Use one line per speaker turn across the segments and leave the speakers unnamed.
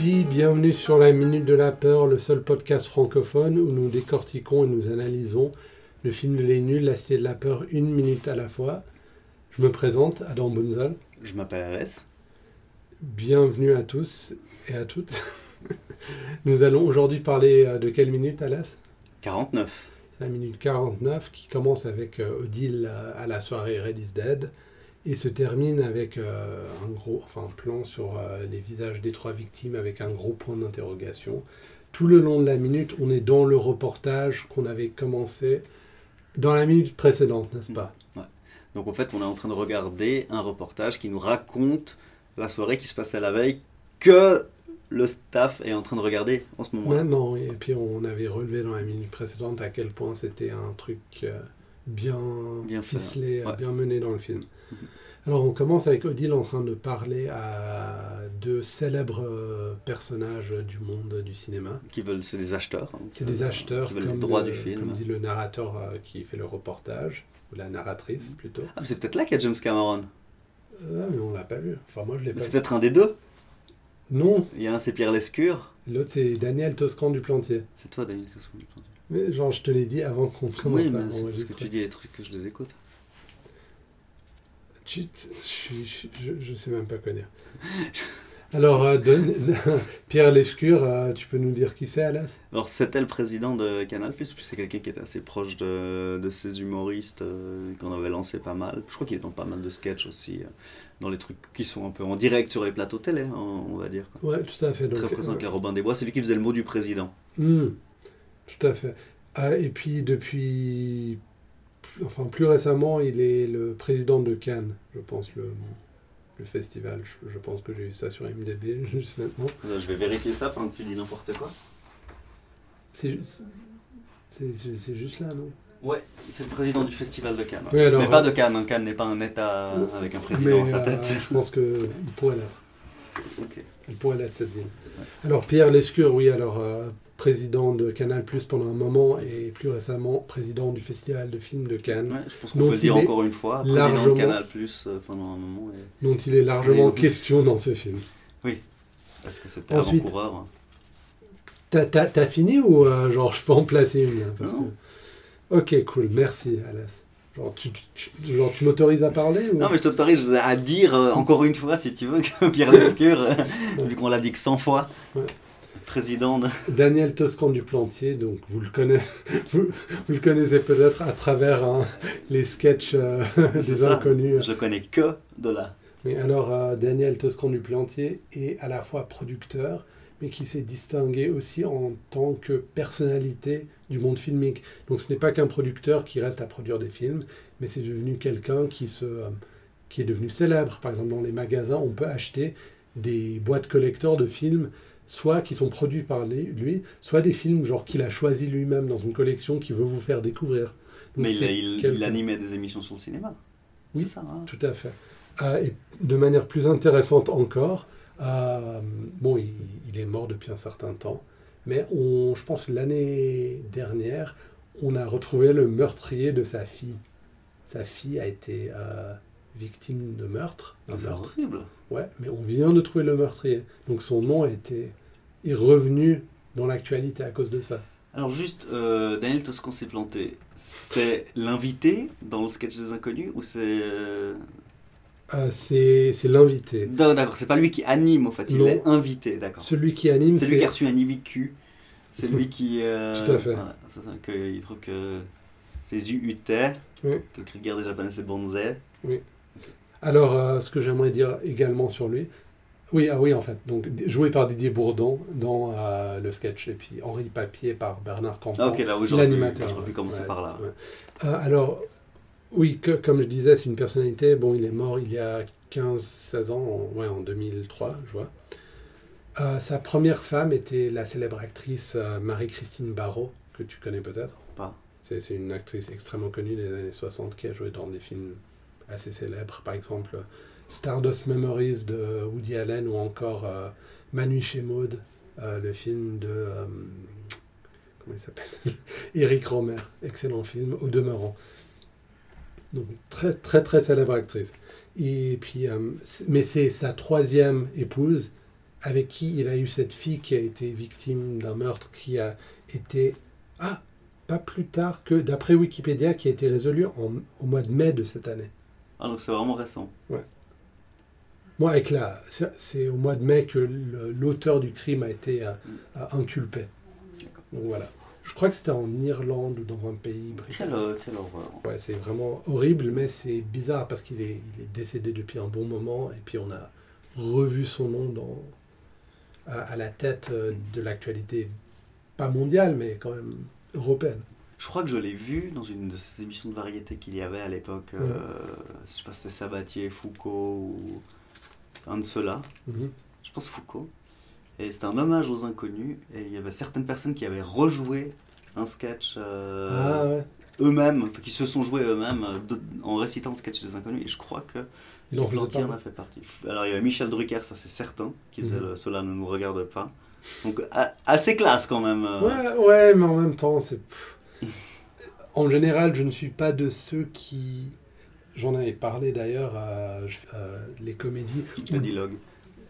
Bienvenue sur la Minute de la Peur, le seul podcast francophone où nous décortiquons et nous analysons le film Les Nuls, La Cité de la Peur, une minute à la fois. Je me présente, Adam Bunzel.
Je m'appelle Alès.
Bienvenue à tous et à toutes. nous allons aujourd'hui parler euh, de quelle minute, Alès
49.
La minute 49 qui commence avec euh, Odile euh, à la soirée Red is Dead et se termine avec euh, un gros enfin, un plan sur euh, les visages des trois victimes avec un gros point d'interrogation. Tout le long de la minute, on est dans le reportage qu'on avait commencé dans la minute précédente, n'est-ce pas
Donc en fait, on est en train de regarder un reportage qui nous raconte la soirée qui se passait la veille que le staff est en train de regarder en ce moment.
Maintenant, et puis on avait relevé dans la minute précédente à quel point c'était un truc euh, bien,
Bien fait,
ficelé, euh,
ouais. Mhm.
bien mené dans le film. Alors on commence avec Odile en train de parler à deux célèbres euh, personnages du monde du cinéma.
Qui veulent, c'est des acheteurs. hein,
C'est
qui
des
veulent-
acheteurs
qui veulent
comme,
le droit
le-
du film.
comme dit le narrateur euh, qui fait le reportage, ou la narratrice plutôt.
Ah, mais c'est peut-être là qu'il y a James Cameron.
Ah, mais on l'a pas vu. Enfin, moi je l'ai
Mais
pas
c'est
vu.
peut-être un des deux.
Non,
Il y a un, c'est Pierre Lescure.
l'autre c'est Daniel Toscan du Plantier.
C'est toi, Daniel. qu'est-ce que je pense
Mais genre, je te l'ai dit avant qu'on commence
Oui,
à
mais c'est parce que
enregistrer.
tu dis les trucs que je les écoute.
Chut, je, suis- je suis- je- je sais même pas quoi dire. Alors, euh, Don- Pierre Lescure, euh, tu peux nous dire qui c'est, Alas
Alors, c'était le président de Canal+, puisque c'est quelqu'un qui était assez proche de, de ces humoristes, euh, qu'on avait lancé pas mal. Je crois qu'il est dans pas mal de sketchs aussi, euh, dans les trucs qui sont un peu en direct sur les plateaux télé, hein, on va dire. quoi.
Ouais, tout à fait. Donc,
Très présent
euh,
avec les Robin des Bois, c'est lui qui faisait le mot du président.
Hmm, tout à fait. Ah, et puis depuis, enfin plus récemment, il est le président de Cannes, je pense, le, le festival. Je, je pense que j'ai eu ça sur MDB juste maintenant.
Euh, Je vais vérifier ça pendant que tu dis n'importe quoi.
C'est ju- c'est- c'est- c'est juste là, non
Ouais, c'est le président du festival de Cannes.
Oui, alors,
mais pas
euh,
de Cannes, hein. Cannes n'est pas un état euh, avec un
Mais,
président à sa
euh,
tête.
je pense qu'il pourrait l'être.
Ok.
Elle pourrait l'être cette ville. Alors Pierre Lescure, oui, alors euh, président de Canal Plus pendant un moment et plus récemment président du Festival de films de Cannes,
Ouais, je pense qu'on
Donc,
peut le dire
il est
encore une fois, président de
largement-
Canal+, euh, pendant un moment. et-
dont il est largement
Président.
question dans ce film.
Parce que c'était
Ensuite-
avant-coureur. hein.
T'as, t'as- t'as fini ou euh, genre je peux en placer une là, parce
Non.
que- Ok, cool, merci Alas. Genre tu, tu- tu- genre, tu m'autorises à parler ou...
Non, mais je t'autorise à dire euh, encore une fois, si tu veux, que Pierre Lescure, euh,
Ouais.
vu qu'on l'a dit que 100 fois,
Ouais.
président de.
Daniel Toscan du Plantier, donc vous le connaissez, vous, vous le connaissez peut-être à travers hein, les sketchs euh,
C'est
des
ça.
inconnus. euh,
Je le connais que de là.
Oui, alors euh, Daniel Toscan du Plantier est à la fois producteur, mais qui s'est distingué aussi en tant que personnalité du monde filmique. Donc ce n'est pas qu'un producteur qui reste à produire des films, mais c'est devenu quelqu'un qui, se, euh, qui est devenu célèbre. Par exemple, dans les magasins, on peut acheter des boîtes collector de films, soit qui sont produits par les- lui, soit des films genre qu'il a choisi lui-même dans une collection qu'il veut vous faire découvrir. Donc,
Mais il,
c'est
il- il
quelqu'un-
animait des émissions sur le cinéma.
Oui. Ah,
C'est ça. hein.
tout à fait. Euh, et de manière plus intéressante encore, euh, bon, il, il est mort depuis un certain temps, mais on, je pense que l'année dernière, on a retrouvé le meurtrier de sa fille. Sa fille a été euh, victime de meurtre. d'un
C'est
meurtre.
horrible.
Ouais, mais on vient de trouver le meurtrier. Donc son nom a été, est revenu dans l'actualité à cause de ça.
Alors, juste, euh, Daniel Toscan s'est planté. C'est l'invité dans le sketch des inconnus ou c'est. euh,
Euh, c'est c'est l'invité.
Non, d'accord, c'est pas lui qui anime en fait, il
Non.
est invité, d'accord.
Celui qui anime,
C'est lui
c'est
qui a reçu un IBQ. C'est lui qui. euh,
Tout à fait.
voilà, c'est ça, que- il trouve que c'est UUT, que
Oui.
le cri de guerre des Japonais c'est Bonzai.
Alors, euh, ce que j'aimerais dire également sur lui, oui, ah oui, en fait, donc d- joué par Didier Bourdon dans euh, le sketch, et puis Henri Papier par Bernard Campan,
Ah, ok, là oui, j'aurais pu,
l'animateur.
j'aurais pu commencer
Ouais,
par là.
ouais. Euh, alors, oui, que, comme je disais, c'est une personnalité, bon, il est mort il y a 15-16 ans, en, ouais, en 2003, je vois. Euh, sa première femme était la célèbre actrice euh, Marie-Christine Barrault, que tu connais peut-être.
Pas.
C'est c'est une actrice extrêmement connue des années 60 qui a joué dans des films assez célèbres, par exemple Stardust Memories de Woody Allen ou encore euh, Manu chez Maud, euh, le film de. euh, comment il s'appelle Eric Romer, excellent film, au demeurant. Donc, très, très, très célèbre actrice. Et puis, euh, c'est- mais c'est sa troisième épouse avec qui il a eu cette fille qui a été victime d'un meurtre qui a été, ah, pas plus tard que, d'après Wikipédia, qui a été résolu en- au mois de mai de cette année.
Ah, donc c'est vraiment récent.
Moi, avec la, c'est- c'est au mois de mai que le- l'auteur du crime a été euh, euh, inculpé.
D'accord.
Donc voilà. Je crois que c'était en Irlande ou dans un pays britannique.
Quelle, euh, quelle horreur.
Ouais, c'est vraiment horrible, mais c'est bizarre parce qu'il est, il est décédé depuis un bon moment et puis on a revu son nom dans, à, à la tête euh, de l'actualité, pas mondiale, mais quand même européenne.
Je crois que je l'ai vu dans une de ces émissions de variété qu'il y avait à l'époque. euh, je sais pas si c'était Sabatier, Foucault ou un de ceux-là.
Mhm.
Je pense Foucault. Et c'était un hommage aux inconnus. Et il y avait certaines personnes qui avaient rejoué un sketch euh,
Ah ouais,
eux-mêmes, qui se sont joués eux-mêmes euh, de- en récitant le sketch des inconnus. Et je crois que
il en faisait
Plantier
pas.
en a fait partie. Alors il y avait Michel Drucker, ça c'est certain, qui faisait
Mhm.
le Cela ne nous regarde pas. Donc a- assez classe quand même. euh.
Ouais, ouais, mais en même temps, c'est. pff. En général, je ne suis pas de ceux qui. J'en avais parlé d'ailleurs, euh, je- euh, les comédies.
Le dialogue.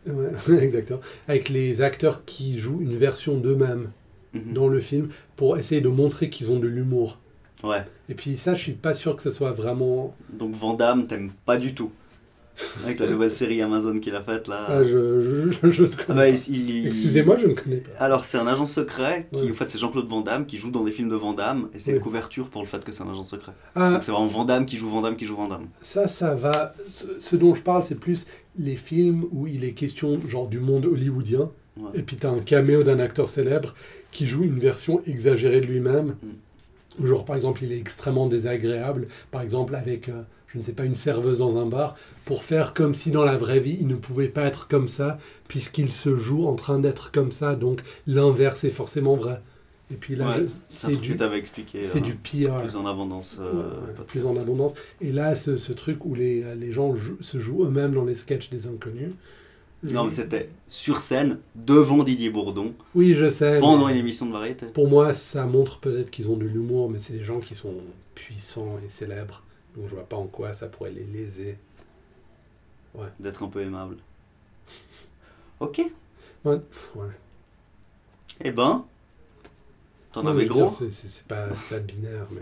Ouais, exactement. Avec les acteurs qui jouent une version d'eux-mêmes
Mhm.
dans le film pour essayer de montrer qu'ils ont de l'humour.
Ouais.
Et puis ça, je suis pas sûr que ce soit vraiment.
Donc Van Damme, t'aimes pas du tout. Avec la nouvelle série Amazon qu'il a faite là.
Ah, je, je- je- je ne
Ah
connais
bah,
pas.
il- il-
Excusez-moi, je ne connais pas.
Alors c'est un agent secret qui
Ouais.
en fait c'est Jean-Claude Van Damme qui joue dans des films de Van Damme et c'est
Oui.
une couverture pour le fait que c'est un agent secret.
Ah,
Donc c'est vraiment Van Damme qui joue Van Damme qui joue Van Damme.
ça, ça va. Ce, ce dont je parle, c'est plus les films où il est question, genre, du monde hollywoodien.
Ouais.
Et puis t'as un caméo d'un acteur célèbre qui joue une version exagérée de lui-même.
Mm.
Genre par exemple il est extrêmement désagréable, par exemple avec, euh, je ne sais pas, une serveuse dans un bar, pour faire comme si dans la vraie vie il ne pouvait pas être comme ça, puisqu'il se joue en train d'être comme ça, donc l'inverse est forcément vrai. Et puis là,
Ouais,
je-
C'est un
c'est
truc
du,
que t'avais expliqué
c'est
euh,
du PR.
plus en abondance.
Ouais,
euh,
ouais,
podcast.
plus en abondance. Et là, ce, ce truc où les, les gens jou- se jouent eux-mêmes dans les sketchs des inconnus.
Non mais c'était sur scène devant Didier Bourdon
Oui, je sais.
pendant
mais-
une émission de variété.
Pour moi, ça montre peut-être qu'ils ont de l'humour, mais c'est des gens qui sont puissants et célèbres. Donc je vois pas en quoi ça pourrait les léser.
D'être un peu aimable. Ok.
Ouais.
Eh ben. T'en
Non, mais
avais
je veux dire,
gros.
c'est- C'est c'est pas, c'est pas binaire, mais.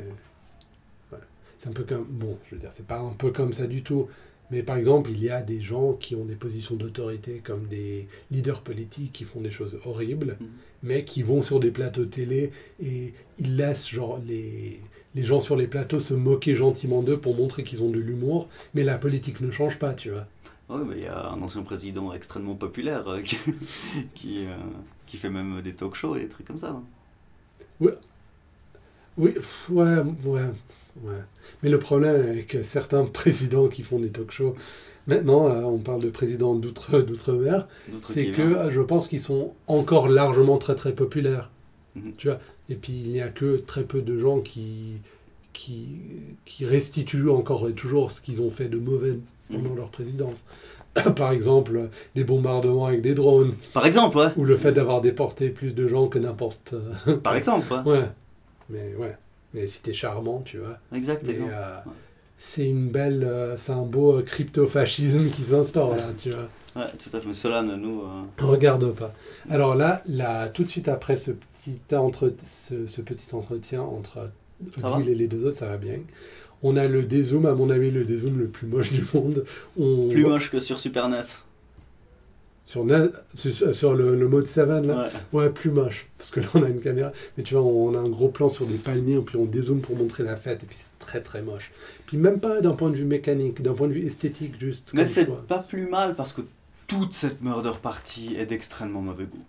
ouais. C'est un peu comme. Bon, je veux dire, c'est pas un peu comme ça du tout. Mais par exemple, il y a des gens qui ont des positions d'autorité, comme des leaders politiques qui font des choses horribles,
Mhm.
mais qui vont sur des plateaux télé et ils laissent genre les, les gens sur les plateaux se moquer gentiment d'eux pour montrer qu'ils ont de l'humour, mais la politique ne change pas, tu vois.
Ouais, mais il y a un ancien président extrêmement populaire euh, qui, qui, euh, qui fait même des talk shows et des trucs comme ça. hein.
Oui, pff, ouais, ouais, ouais. Mais le problème avec certains présidents qui font des talk shows, maintenant euh, on parle de présidents d'outre, d'outre-mer,
D'autres
c'est
qui-
que euh, je pense qu'ils sont encore largement très très populaires.
Mhm.
Tu vois Et puis il n'y a que très peu de gens qui, qui, qui restituent encore et toujours ce qu'ils ont fait de mauvais pendant leur présidence. Par exemple, euh, des bombardements avec des drones,
Par exemple, ouais.
ou le fait d'avoir déporté plus de gens que n'importe. euh,
Par exemple, ouais.
Ouais, mais ouais. Mais si t'es charmant, tu vois.
Exact.
Mais,
exemple.
euh,
Ouais.
c'est une belle, euh, c'est un beau euh, crypto-fascisme qui s'instaure là, tu vois.
Ouais, tout à fait. Mais cela ne nous. euh,
Regarde pas. Alors là, là, tout de suite après ce petit, entre- ce, ce petit entretien entre
Ça
Odile et les deux autres, ça va bien. On a le dézoom, à mon avis, le dézoom le plus moche du monde. On...
Plus moche que sur Super E NES.
Sur, na- sur, sur le, le mode savane, là.
Ouais.
Ouais, plus moche. Parce que là, on a une caméra. Mais tu vois, on a un gros plan sur des palmiers, puis on dézoome pour montrer la fête. Et puis c'est très, très moche. Puis même pas d'un point de vue mécanique, d'un point de vue esthétique, juste.
Mais
comme
c'est
toi.
pas plus mal parce que toute cette murder party est d'extrêmement mauvais goût.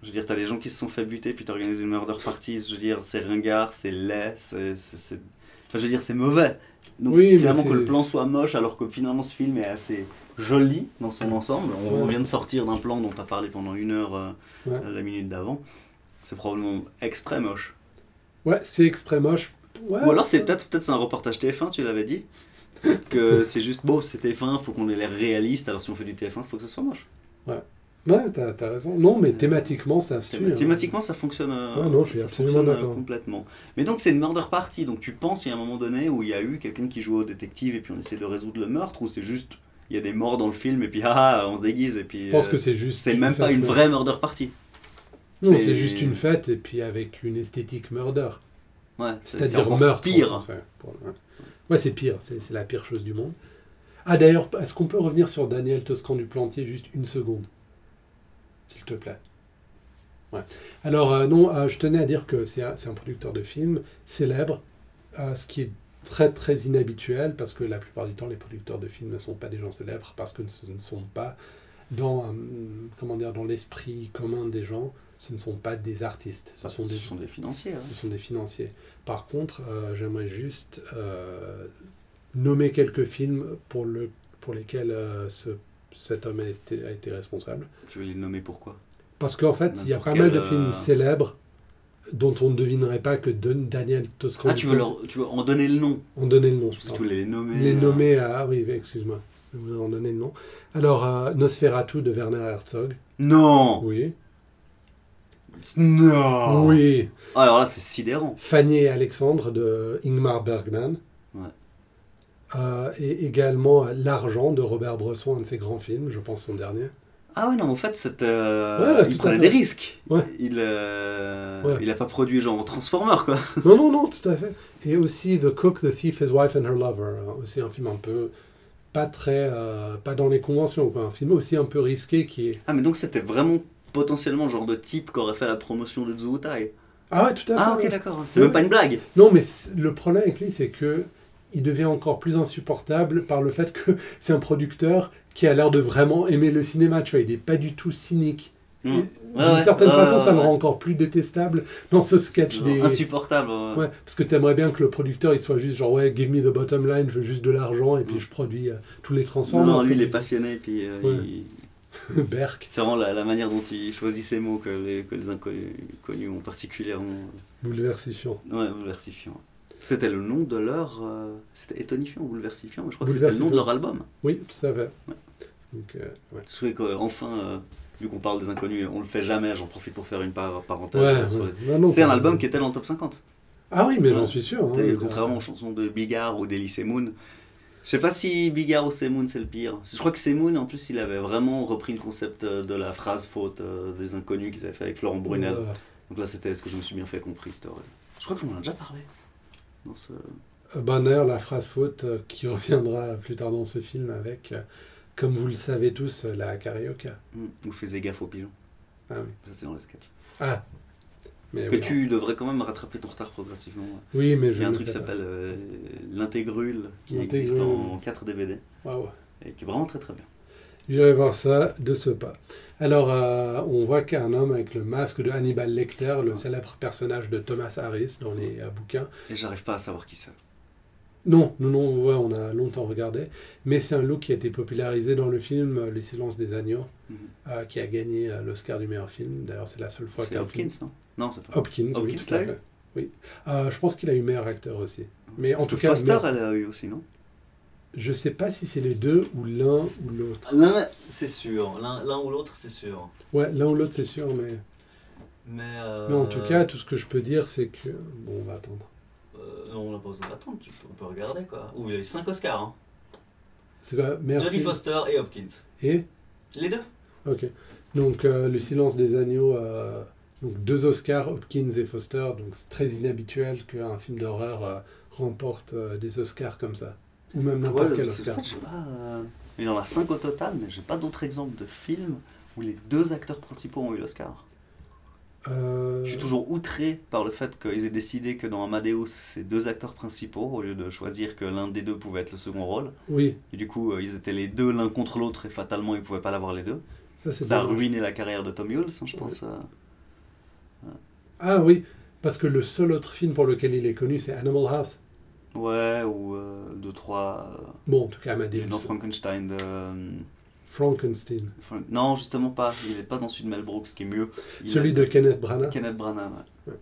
Je veux dire, t'as des gens qui se sont fait buter, puis t'organises une murder party. Je veux dire, c'est ringard, c'est laid, c'est. c'est- c'est- Enfin, je veux dire, c'est mauvais. Donc,
Oui, mais
finalement,
c'est-
que le plan soit moche, alors que finalement, ce film est assez joli dans son ensemble. On
Ouais.
vient de sortir d'un plan dont t'as parlé pendant une heure euh,
Ouais.
la minute d'avant. C'est probablement exprès moche.
Ouais, c'est exprès moche. Ouais.
Ou alors c'est peut-être peut-être c'est un reportage TF1, tu l'avais dit. Que c'est juste beau, c'est TF1, faut qu'on ait l'air réaliste. Alors si on fait du TF1, faut que ça soit moche.
Ouais, t'as t'as raison. Non, mais thématiquement, ça suit. hein.
Euh, Thématiquement, ça fonctionne. euh,
Ah non, je suis
ça
absolument
fonctionne, euh,
d'accord.
complètement. Mais donc c'est une murder party. Donc tu penses il y a un moment donné où il y a eu quelqu'un qui jouait au détective et puis on essaie de résoudre le meurtre ou c'est juste il y a des morts dans le film et puis ah, ah, on se déguise et puis.
Je pense
euh,
que c'est juste.
c'est même pas
fête,
une
ouais.
vraie murder party.
Non,
c'est-
c'est juste une fête et puis avec une esthétique murder.
Ouais,
C'est-à-dire
encore
meurtre. en
Pire.
français, pour le- ouais. Ouais, c'est pire, c'est c'est la pire chose du monde. Ah d'ailleurs, est-ce qu'on peut revenir sur Daniel Toscan du Plantier juste une seconde S'il te plaît. Ouais. Alors euh, non, euh, je tenais à dire que c'est un, c'est un producteur de films célèbre, euh, ce qui est très très inhabituel parce que la plupart du temps les producteurs de films ne sont pas des gens célèbres parce que ce ne sont pas dans euh, comment dire dans l'esprit commun des gens, ce ne sont pas des artistes, ce
Ça,
sont des,
financiers. hein.
ce sont des financiers. Par contre, euh, j'aimerais juste euh, nommer quelques films pour, le, pour lesquels euh, ce, cet homme a été, a été responsable.
Tu veux les nommer pourquoi
Parce qu'en fait, il y a
N'importe
pas mal de
quel, euh,
films célèbres dont on ne devinerait pas que Don- Daniel Toscan
Ah, tu veux, leur, tu veux en donner le nom
en donnait le nom. je
Je pensais que
crois.
tu voulais les nommer.
Les
euh,
nommer à... Ah oui, excuse-moi. Je vous en donner le nom. Alors, euh, Nosferatu de Werner Herzog.
Non
Oui.
Non
Oui.
Ah, Alors là, c'est sidérant.
Fanny et Alexandre de Ingmar Bergman.
Ouais.
Euh, et également euh, L'argent de Robert Bresson, un de ses grands films, je pense son dernier.
Ah ouais, non, mais en fait, c'était.
Ouais,
euh,
tout
il
à
prenait
fait.
des risques.
Ouais.
Il, euh,
Ouais.
il a pas produit genre Transformer, quoi.
non, non, non, tout à fait. Et aussi The Cook, The Thief, His Wife and Her Lover. hein, aussi un film un peu pas très. euh, pas dans les conventions, quoi. Un film aussi un peu risqué qui est.
Ah, mais donc c'était vraiment potentiellement le genre de type qu'aurait fait la promotion de Zhu Tai.
Ah ouais, tout à fait.
Ah, ok,
ouais.
d'accord. C'est
Ouais.
même pas une blague.
Non, mais c- le problème avec lui, c'est que il devient encore plus insupportable par le fait que c'est un producteur qui a l'air de vraiment aimer le cinéma. Tu vois, il n'est pas du tout cynique.
Mm.
Et
Ouais,
D'une
ouais,
certaine
ouais,
façon,
ouais,
ça le
ouais.
rend encore plus détestable dans ce sketch
Genre
des.
Insupportable. ouais.
Ouais, parce que t'aimerais bien que le producteur il soit juste genre ouais, give me the bottom line, je veux juste de l'argent et puis
Mm.
je produis euh, tous les
Non,
transformations.
non, lui, il est passionné, puis euh,
Ouais.
il-
Berk,
c'est vraiment la, la manière dont il choisit ses mots que les, que les inconnus connus ont particulièrement
bouleversifiant.
euh, ouais, bouleversifiant. C'était le nom de leur. euh, c'était étonifiant ou bouleversifiant, mais je crois que c'était le
Bouleversifiant.
nom de leur album.
Oui, ça va.
Ouais.
Donc, euh, ouais.
Souhait qu'enfin, euh, vu qu'on parle des inconnus, on le fait jamais, j'en profite pour faire une par- parenthèse.
Ouais,
sur
ouais. Ah
les-
Non, non,
C'est un
ça-
album qui était dans le top 50.
Ah oui, mais j'en
Ouais.
suis sûr. hein,
T'es-
mais-
contrairement aux chansons de Bigard ou d'Elysée Moon. Je sais pas si Bigard ou Semoun c'est le pire. Je crois que Semoun en plus il avait vraiment repris le concept euh, de la phrase faute euh, des inconnus qu'ils avaient fait avec Florent Brunel.
Euh,
Donc là c'était ce que je me suis bien fait compris cette heure. Je crois qu'on en a déjà parlé. Dans ce-
Ben d'ailleurs, la phrase faute euh, qui reviendra plus tard dans ce film avec, euh, comme vous le savez tous, euh, la carioca.
Mm. Vous faisiez gaffe aux pigeons.
Ah oui.
Ça c'est dans le sketch.
Ah. Mais
Que
oui,
tu devrais quand même rattraper ton retard progressivement. ouais.
oui, mais je
Il y a un
le
truc qui
fais pas.
s'appelle euh, l'intégrule qui
L'intégrule.
existe en 4 DVD
Waouh.
et qui est vraiment très très bien.
J'irai voir ça de ce pas. Alors, euh, on voit qu'un homme avec le masque de Hannibal Lecter, le
Ouais.
célèbre personnage de Thomas Harris dans les euh, bouquins.
Et j'arrive pas à savoir qui c'est.
Non, non, non, ouais, on a longtemps regardé, mais c'est un look qui a été popularisé dans le film euh, Les Silences des Agneaux,
Mhm.
euh, qui a gagné euh, l'Oscar du meilleur film. D'ailleurs, c'est la seule fois
C'est
qu'un film-
Hopkins non Non c'est pas.
Hopkins, oui,
Hopkins
tout à
l'a eu
fait. Oui. Euh, je pense qu'il a eu meilleur acteur aussi. Mais en
Parce
tout
que
cas,
Foster, euh.
mais-
elle a eu aussi, non
je sais pas si c'est les deux ou l'un ou l'autre.
L'un, c'est sûr. L'un l'un ou l'autre, c'est sûr.
Ouais, l'un ou l'autre, c'est sûr, mais...
Mais, euh,
mais en tout cas, tout ce que je peux dire, c'est que... Bon, on va attendre.
euh, on n'a pas besoin d'attendre. tu peux- On peut regarder, quoi. Ouh, il y a eu 5 Oscars. Hein.
C'est quoi meilleur
Jodie
film
Foster et Hopkins.
Et
Les deux
Ok. Donc, euh, Le silence des agneaux, euh, donc deux Oscars, Hopkins et Foster. Donc, c'est très inhabituel qu'un film d'horreur euh, remporte euh, des Oscars comme ça. Ou même n'importe
Ouais,
quel
parce que, en
Oscar.
fait, je sais pas, euh, Il en a 5 au total, mais j'ai pas d'autres exemples de films où les deux acteurs principaux ont eu l'Oscar.
Euh,
Je suis toujours outré par le fait qu'ils aient décidé que dans Amadeus, c'est deux acteurs principaux au lieu de choisir que l'un des deux pouvait être le second rôle.
Oui,
Et du coup, euh, ils étaient les deux l'un contre l'autre et fatalement, ils pouvaient pas l'avoir les deux.
ça c'est
Ça a
dommage.
ruiné la carrière de Tom Hulce, hein, je pense. euh.
Ah oui, parce que le seul autre film pour lequel il est connu, c'est Animal House.
euh, Ouais, ou 2-3.
Bon, en tout cas,
Il
Amadeus.
est dans euh, Frankenstein de. euh,
Frankenstein.
Frank- Non, justement pas. Il n'est pas dans celui de Mel Brooks, qui est mieux. Il
Celui
est-
de Kenneth Branagh.
Kenneth Branagh. ouais.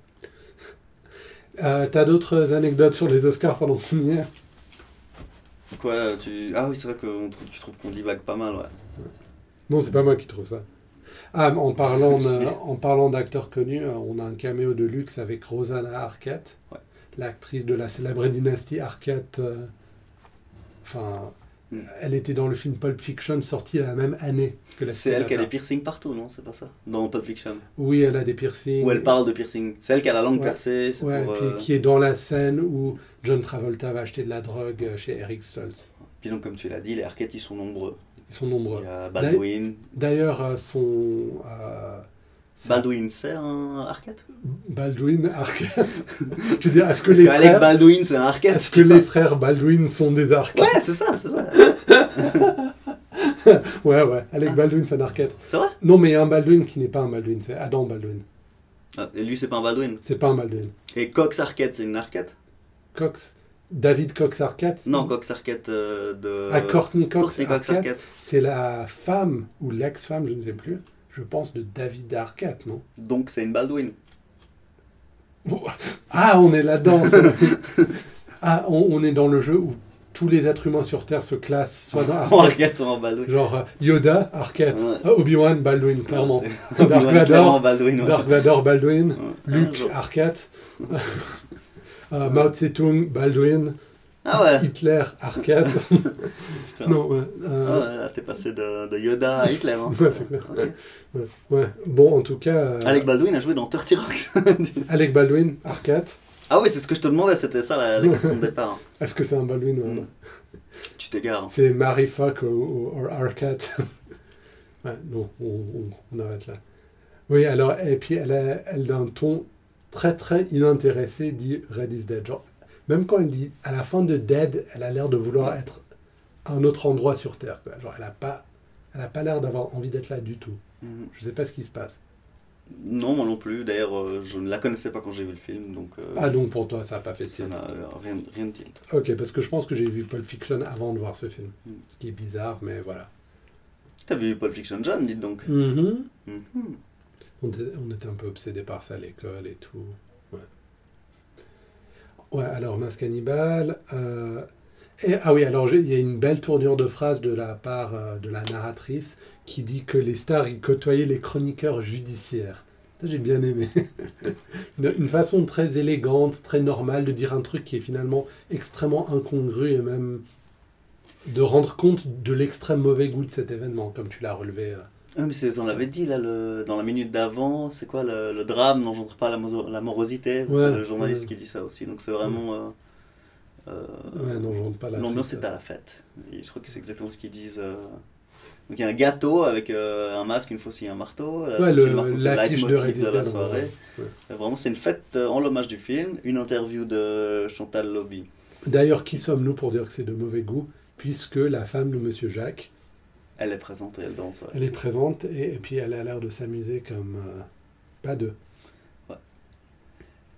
Euh, T'as d'autres anecdotes sur les Oscars pendant qu'on y est
Quoi, tu... Ah oui, c'est vrai que on trou- tu trouves qu'on divague pas mal, ouais.
Non, c'est pas moi qui trouve ça. Ah, en parlant,
Je
de-
sais.
en parlant d'acteurs connus, euh, on a un caméo de luxe avec Rosanna Arquette,
Ouais.
l'actrice de la célèbre dynastie Arquette. euh, Enfin,
Mm.
Elle était dans le film Pulp Fiction sorti la même année que la
C'est elle qui a des
Scarlata.
piercings partout, non C'est pas ça Dans Pulp Fiction.
Oui, elle a des piercings.
Où elle parle de piercing. C'est elle qui a la langue
Ouais.
percée. C'est
Ouais,
pour,
puis
euh,
qui est dans la scène où John Travolta va acheter de la drogue euh, chez Eric Stoltz.
puis donc, comme tu l'as dit, les archétypes sont nombreux.
Ils sont nombreux.
Il y a Baldwin.
D'ailleurs, euh, son. euh, sa-
Baldwin, c'est un arcade
Baldwin Arquette. tu dis, est-ce que,
Parce
les
qu'Alec
frères,
Baldwin, c'est un arcade.
est-ce que les frères Baldwin sont des Arquettes
Ouais, c'est ça, c'est ça.
Ouais, ouais. Alec Baldwin, c'est un Arquette.
C'est vrai
Non, mais il y a un Baldwin qui n'est pas un Baldwin, c'est Adam Baldwin.
Ah, Et lui, c'est pas un Baldwin.
C'est pas un Baldwin.
Et Cox Arquette, c'est une arcade
Cox. David Cox Arquette
Non, Cox Arquette euh, de.
À Courtney Ah, Cox
Courtney Cox
Arquette.
Arquette.
C'est la femme ou l'ex-femme, je ne sais plus, je pense, de David Arquette, non
Donc, c'est une Baldwin.
Ouh. Ah, on est là-dedans c'est- Ah, on, on est dans le jeu où tous les êtres humains sur Terre se classent, soit dans
En
Arquette,
Arquette, c'est un Baldwin.
genre euh, Yoda, Arquette,
Ouais.
euh, Obi-Wan, Baldwin, clairement.
C'est-
Dark
Obi-Wan,
Vador.
clairement Baldwin, ouais.
Dark Vador, Baldwin,
Ouais.
Luke,
Ah,
Arquette, euh, Mao Tse-Tung, Baldwin,
Ah ouais,
Hitler, Arquette.
putain.
non, ouais,
Ah
euh,
ouais, là, t'es passé de, de Yoda à Hitler. hein.
Ouais, c'est clair.
Ok.
ouais, ouais. Bon, en tout cas, euh,
Alec Baldwin a joué dans 30 Rocks.
Alec Baldwin, Arquette.
ah oui, c'est ce que je te demandais, c'était ça la, la question de départ.
Est-ce que c'est un Baldwin ou un
Mm. Tu t'égares.
C'est Mary Fuck ou, ou- or Arquette. ouais, non, on, on- on arrête là. Oui, alors, et puis elle, a- elle d'un ton très très inintéressé dit Red is Dead. Genre, même quand elle dit à la fin de Dead, elle a l'air de vouloir être à un autre endroit sur Terre. quoi. Genre, elle a pas, elle a pas l'air d'avoir envie d'être là du tout.
Mhm.
Je sais pas ce qui se passe.
Non, moi non plus. D'ailleurs, euh, je ne la connaissais pas quand j'ai vu le film, donc euh,
Ah, donc pour toi, ça n'a pas fait de
ça
tilt.
n'a euh, rien, rien de tilt.
Ok, parce que je pense que j'ai vu Pulp Fiction avant de voir ce film.
Mm.
Ce qui est bizarre, mais voilà.
T'as vu Pulp Fiction John, dites donc.
Mhm.
Mhm.
On était, on était un peu obsédé par ça à l'école et tout. Ouais. Ouais, alors Mince Cannibal. euh, et, ah oui, alors j'ai- il y a une belle tournure de phrase de la part euh, de la narratrice qui dit que les stars y côtoyaient les chroniqueurs judiciaires. Ça, j'ai bien aimé. une, une façon très élégante, très normale de dire un truc qui est finalement extrêmement incongru et même de rendre compte de l'extrême mauvais goût de cet événement, comme tu l'as relevé. euh,
Ah, mais c'est, on l'avait dit là, le, dans la minute d'avant, c'est quoi le, le drame n'engendre pas la, moso- la morosité
Ouais,
C'est le journaliste
ouais.
qui dit ça aussi, donc c'est vraiment. euh, euh,
ouais, non, je rentre pas là.
L'ambiance est à
euh.
la fête. Et je crois que c'est exactement ce qu'ils disent. euh. Donc il y a un gâteau avec euh, un masque, une faucille et un marteau. La
Ouais,
faucille et
le-
le marteau, c'est le
l'affiche de
leitmotiv
Red is
de la
Dead,
soirée.
ouais.
Euh, Vraiment, c'est une fête euh, en l'hommage du film. Une interview de Chantal Lobby.
D'ailleurs, qui sommes-nous pour dire que c'est de mauvais goût Puisque la femme de Monsieur Jacques,
Elle est présente et elle danse. ouais.
elle est présente et, et puis elle a l'air de s'amuser comme euh, pas deux.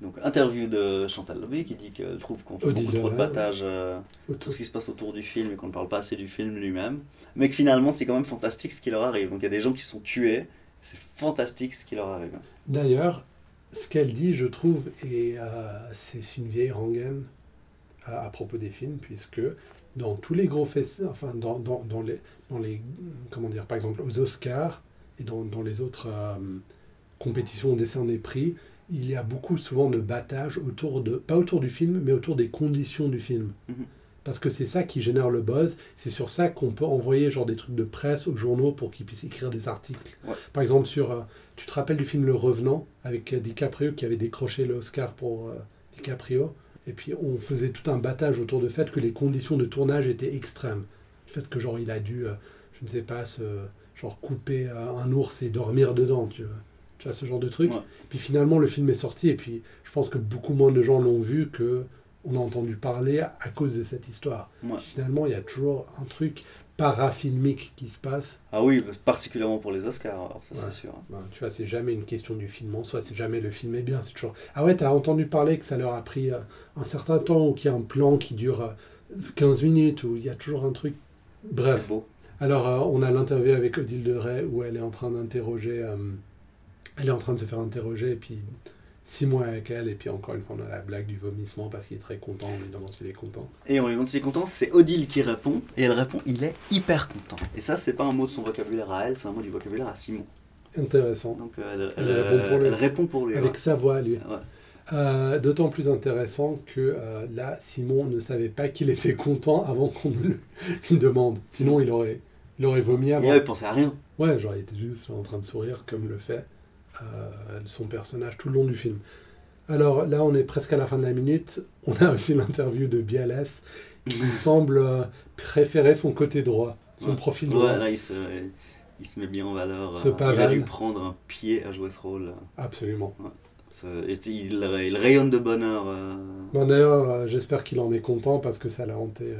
Donc interview de Chantal Lobby qui dit qu'elle trouve qu'on fait
Odile
beaucoup trop de
Dolan, ouais.
battage euh,
Autant-
sur ce qui se passe autour du film et qu'on ne parle pas assez du film lui-même. Mais que finalement, c'est quand même fantastique ce qui leur arrive. Donc il y a des gens qui sont tués. C'est fantastique ce qui leur arrive.
D'ailleurs, ce qu'elle dit, je trouve, et euh, c'est une vieille rengaine à, à propos des films, puisque dans tous les gros festivals, enfin dans, dans, dans les, dans les, comment dire, par exemple aux Oscars et dans, dans les autres euh, compétitions où on décerne des prix, il y a beaucoup souvent de battage autour de, pas autour du film, mais autour des conditions du film.
Mhm.
Parce que c'est ça qui génère le buzz, c'est sur ça qu'on peut envoyer genre des trucs de presse aux journaux pour qu'ils puissent écrire des articles.
Ouais.
Par exemple sur euh, tu te rappelles du film Le Revenant avec euh, DiCaprio qui avait décroché l'Oscar pour euh, DiCaprio Et puis on faisait tout un battage autour du fait que les conditions de tournage étaient extrêmes. Le fait que genre il a dû, euh, je ne sais pas, se, genre couper euh, un ours et dormir dedans, tu vois. Tu vois ce genre de truc.
Ouais.
Puis finalement le film est sorti et puis je pense que beaucoup moins de gens l'ont vu que on a entendu parler à à cause de cette histoire.
Ouais.
Finalement il y a toujours un truc parafilmique qui se passe
Ah oui, particulièrement pour les Oscars, alors ça
Ouais.
c'est sûr. hein.
Ben, tu vois, c'est jamais une question du film en soi, c'est jamais le film est bien, c'est toujours. Ah ouais, t'as entendu parler que ça leur a pris euh, un certain temps ou qu'il y a un plan qui dure euh, 15 minutes ou il y a toujours un truc.
C'est
Bref.
beau.
Alors, euh, on a l'interview avec Odile de Ray où elle est en train d'interroger. euh, elle est en train de se faire interroger et puis six mois avec elle et puis encore une fois, on a la blague du vomissement parce qu'il est très content, on lui demande s'il est content.
Et on lui demande s'il est content, c'est Odile qui répond, et elle répond il est hyper content. Et ça, c'est pas un mot de son vocabulaire à elle, c'est un mot du vocabulaire à Simon.
Intéressant.
Donc euh, elle,
Elle
elle,
répond pour lui.
elle répond pour lui.
Avec sa voix, lui.
ouais. Ouais.
Euh, D'autant plus intéressant que euh, là, Simon ne savait pas qu'il était content avant qu'on ne le lui demande. Sinon, il aurait, il aurait vomi
Il
avant.
n'avait pensé à rien.
Ouais, genre il était juste en train de sourire comme le fait euh, son personnage tout le long du film. Alors là, on est presque à la fin de la minute. On a aussi l'interview de Bialas qui semble euh, préférer son côté droit, son
Mm-hmm. Ouais.
profil droit.
Ouais, là, il se, il se met bien en valeur.
Ce
euh, il a
pavane.
dû prendre un pied à jouer ce rôle. euh,
Absolument.
ce- et Il, il rayonne de bonheur. euh,
Bon, D'ailleurs, euh, j'espère qu'il en est content parce que ça l'a hanté.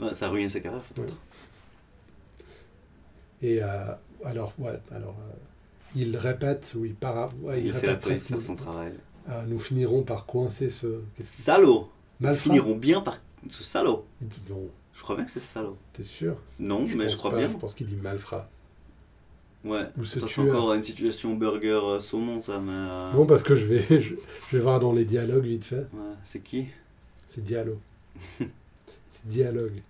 euh,
ouais, ça a ruiné sa carrière, peut-être.
Et euh, alors, ouais, alors, euh, il répète, ou il para, ouais, il
il laissait la
répète
police
presque.
faire son travail.
euh, nous finirons par coincer ce. qu'est-ce que-
Salaud
Malfrat
Finiront bien par ce salaud.
Il dit non,
Je crois bien que c'est ce salaud.
t'es sûr
Non, mais je
pense
crois
pas,
bien.
Je pense qu'il dit malfrat.
Ouais.
Ou ce
Attends, c'est
tueur.
encore une situation burger euh, saumon, ça, mais. euh,
Non, parce que je vais, je, je vais voir dans les dialogues vite fait.
ouais, c'est qui
C'est dialogue. C'est dialogue.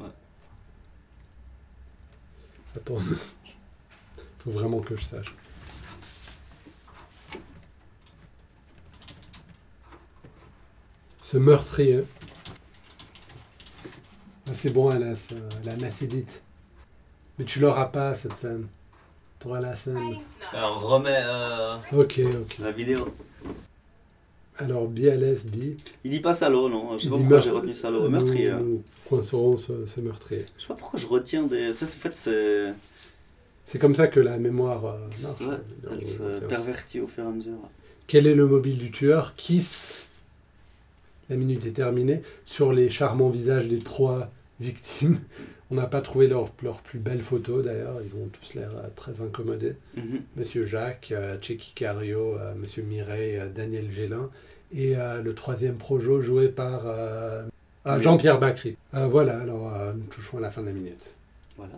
Ouais.
Attends. Faut vraiment que je sache. Ce meurtrier. Ah, C'est bon, elle a, ce- elle a l'acidite. Mais tu l'auras pas, cette scène. T'auras la scène.
Alors remets euh,
Ok, ok.
La vidéo.
Alors, BLS dit...
Il dit pas salaud, non Je sais
Il
pas
dit
pourquoi
meurtre-
j'ai retenu salaud.
euh,
Ah, Meurtrier.
nous- nous coincerons ce, ce meurtrier.
Je sais pas pourquoi je retiens des. Ça, c'est- en fait,
Euh,
c'est.
C'est comme ça que la mémoire euh, marche.
c'est- ouais,
Dans
Elle
le-
se pervertit au fur et à mesure.
Quel est le mobile du tueur qui... s- La minute est terminée. Sur les charmants visages des trois victimes, on n'a pas trouvé leur, leur plus belle photo d'ailleurs. Ils ont tous l'air euh, très incommodés.
Mhm.
Monsieur Jacques, euh, Checky Cario, euh, Monsieur Mireille, euh, Daniel Gélin, et euh, le troisième projo joué par euh, ah,
Oui.
Jean-Pierre Bacry. Euh, voilà, alors euh, nous touchons à la fin de la minute.
Voilà.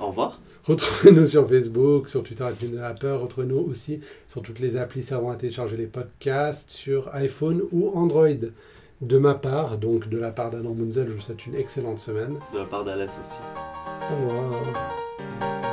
Au revoir.
Retrouvez-nous sur Facebook, sur Twitter avec Minute de la Peur. Retrouvez-nous aussi sur toutes les applis servant à télécharger les podcasts sur iPhone ou Android. De ma part, donc de la part d'Adam Munzel, je vous souhaite une excellente semaine.
De la part d'Alès aussi.
Au revoir.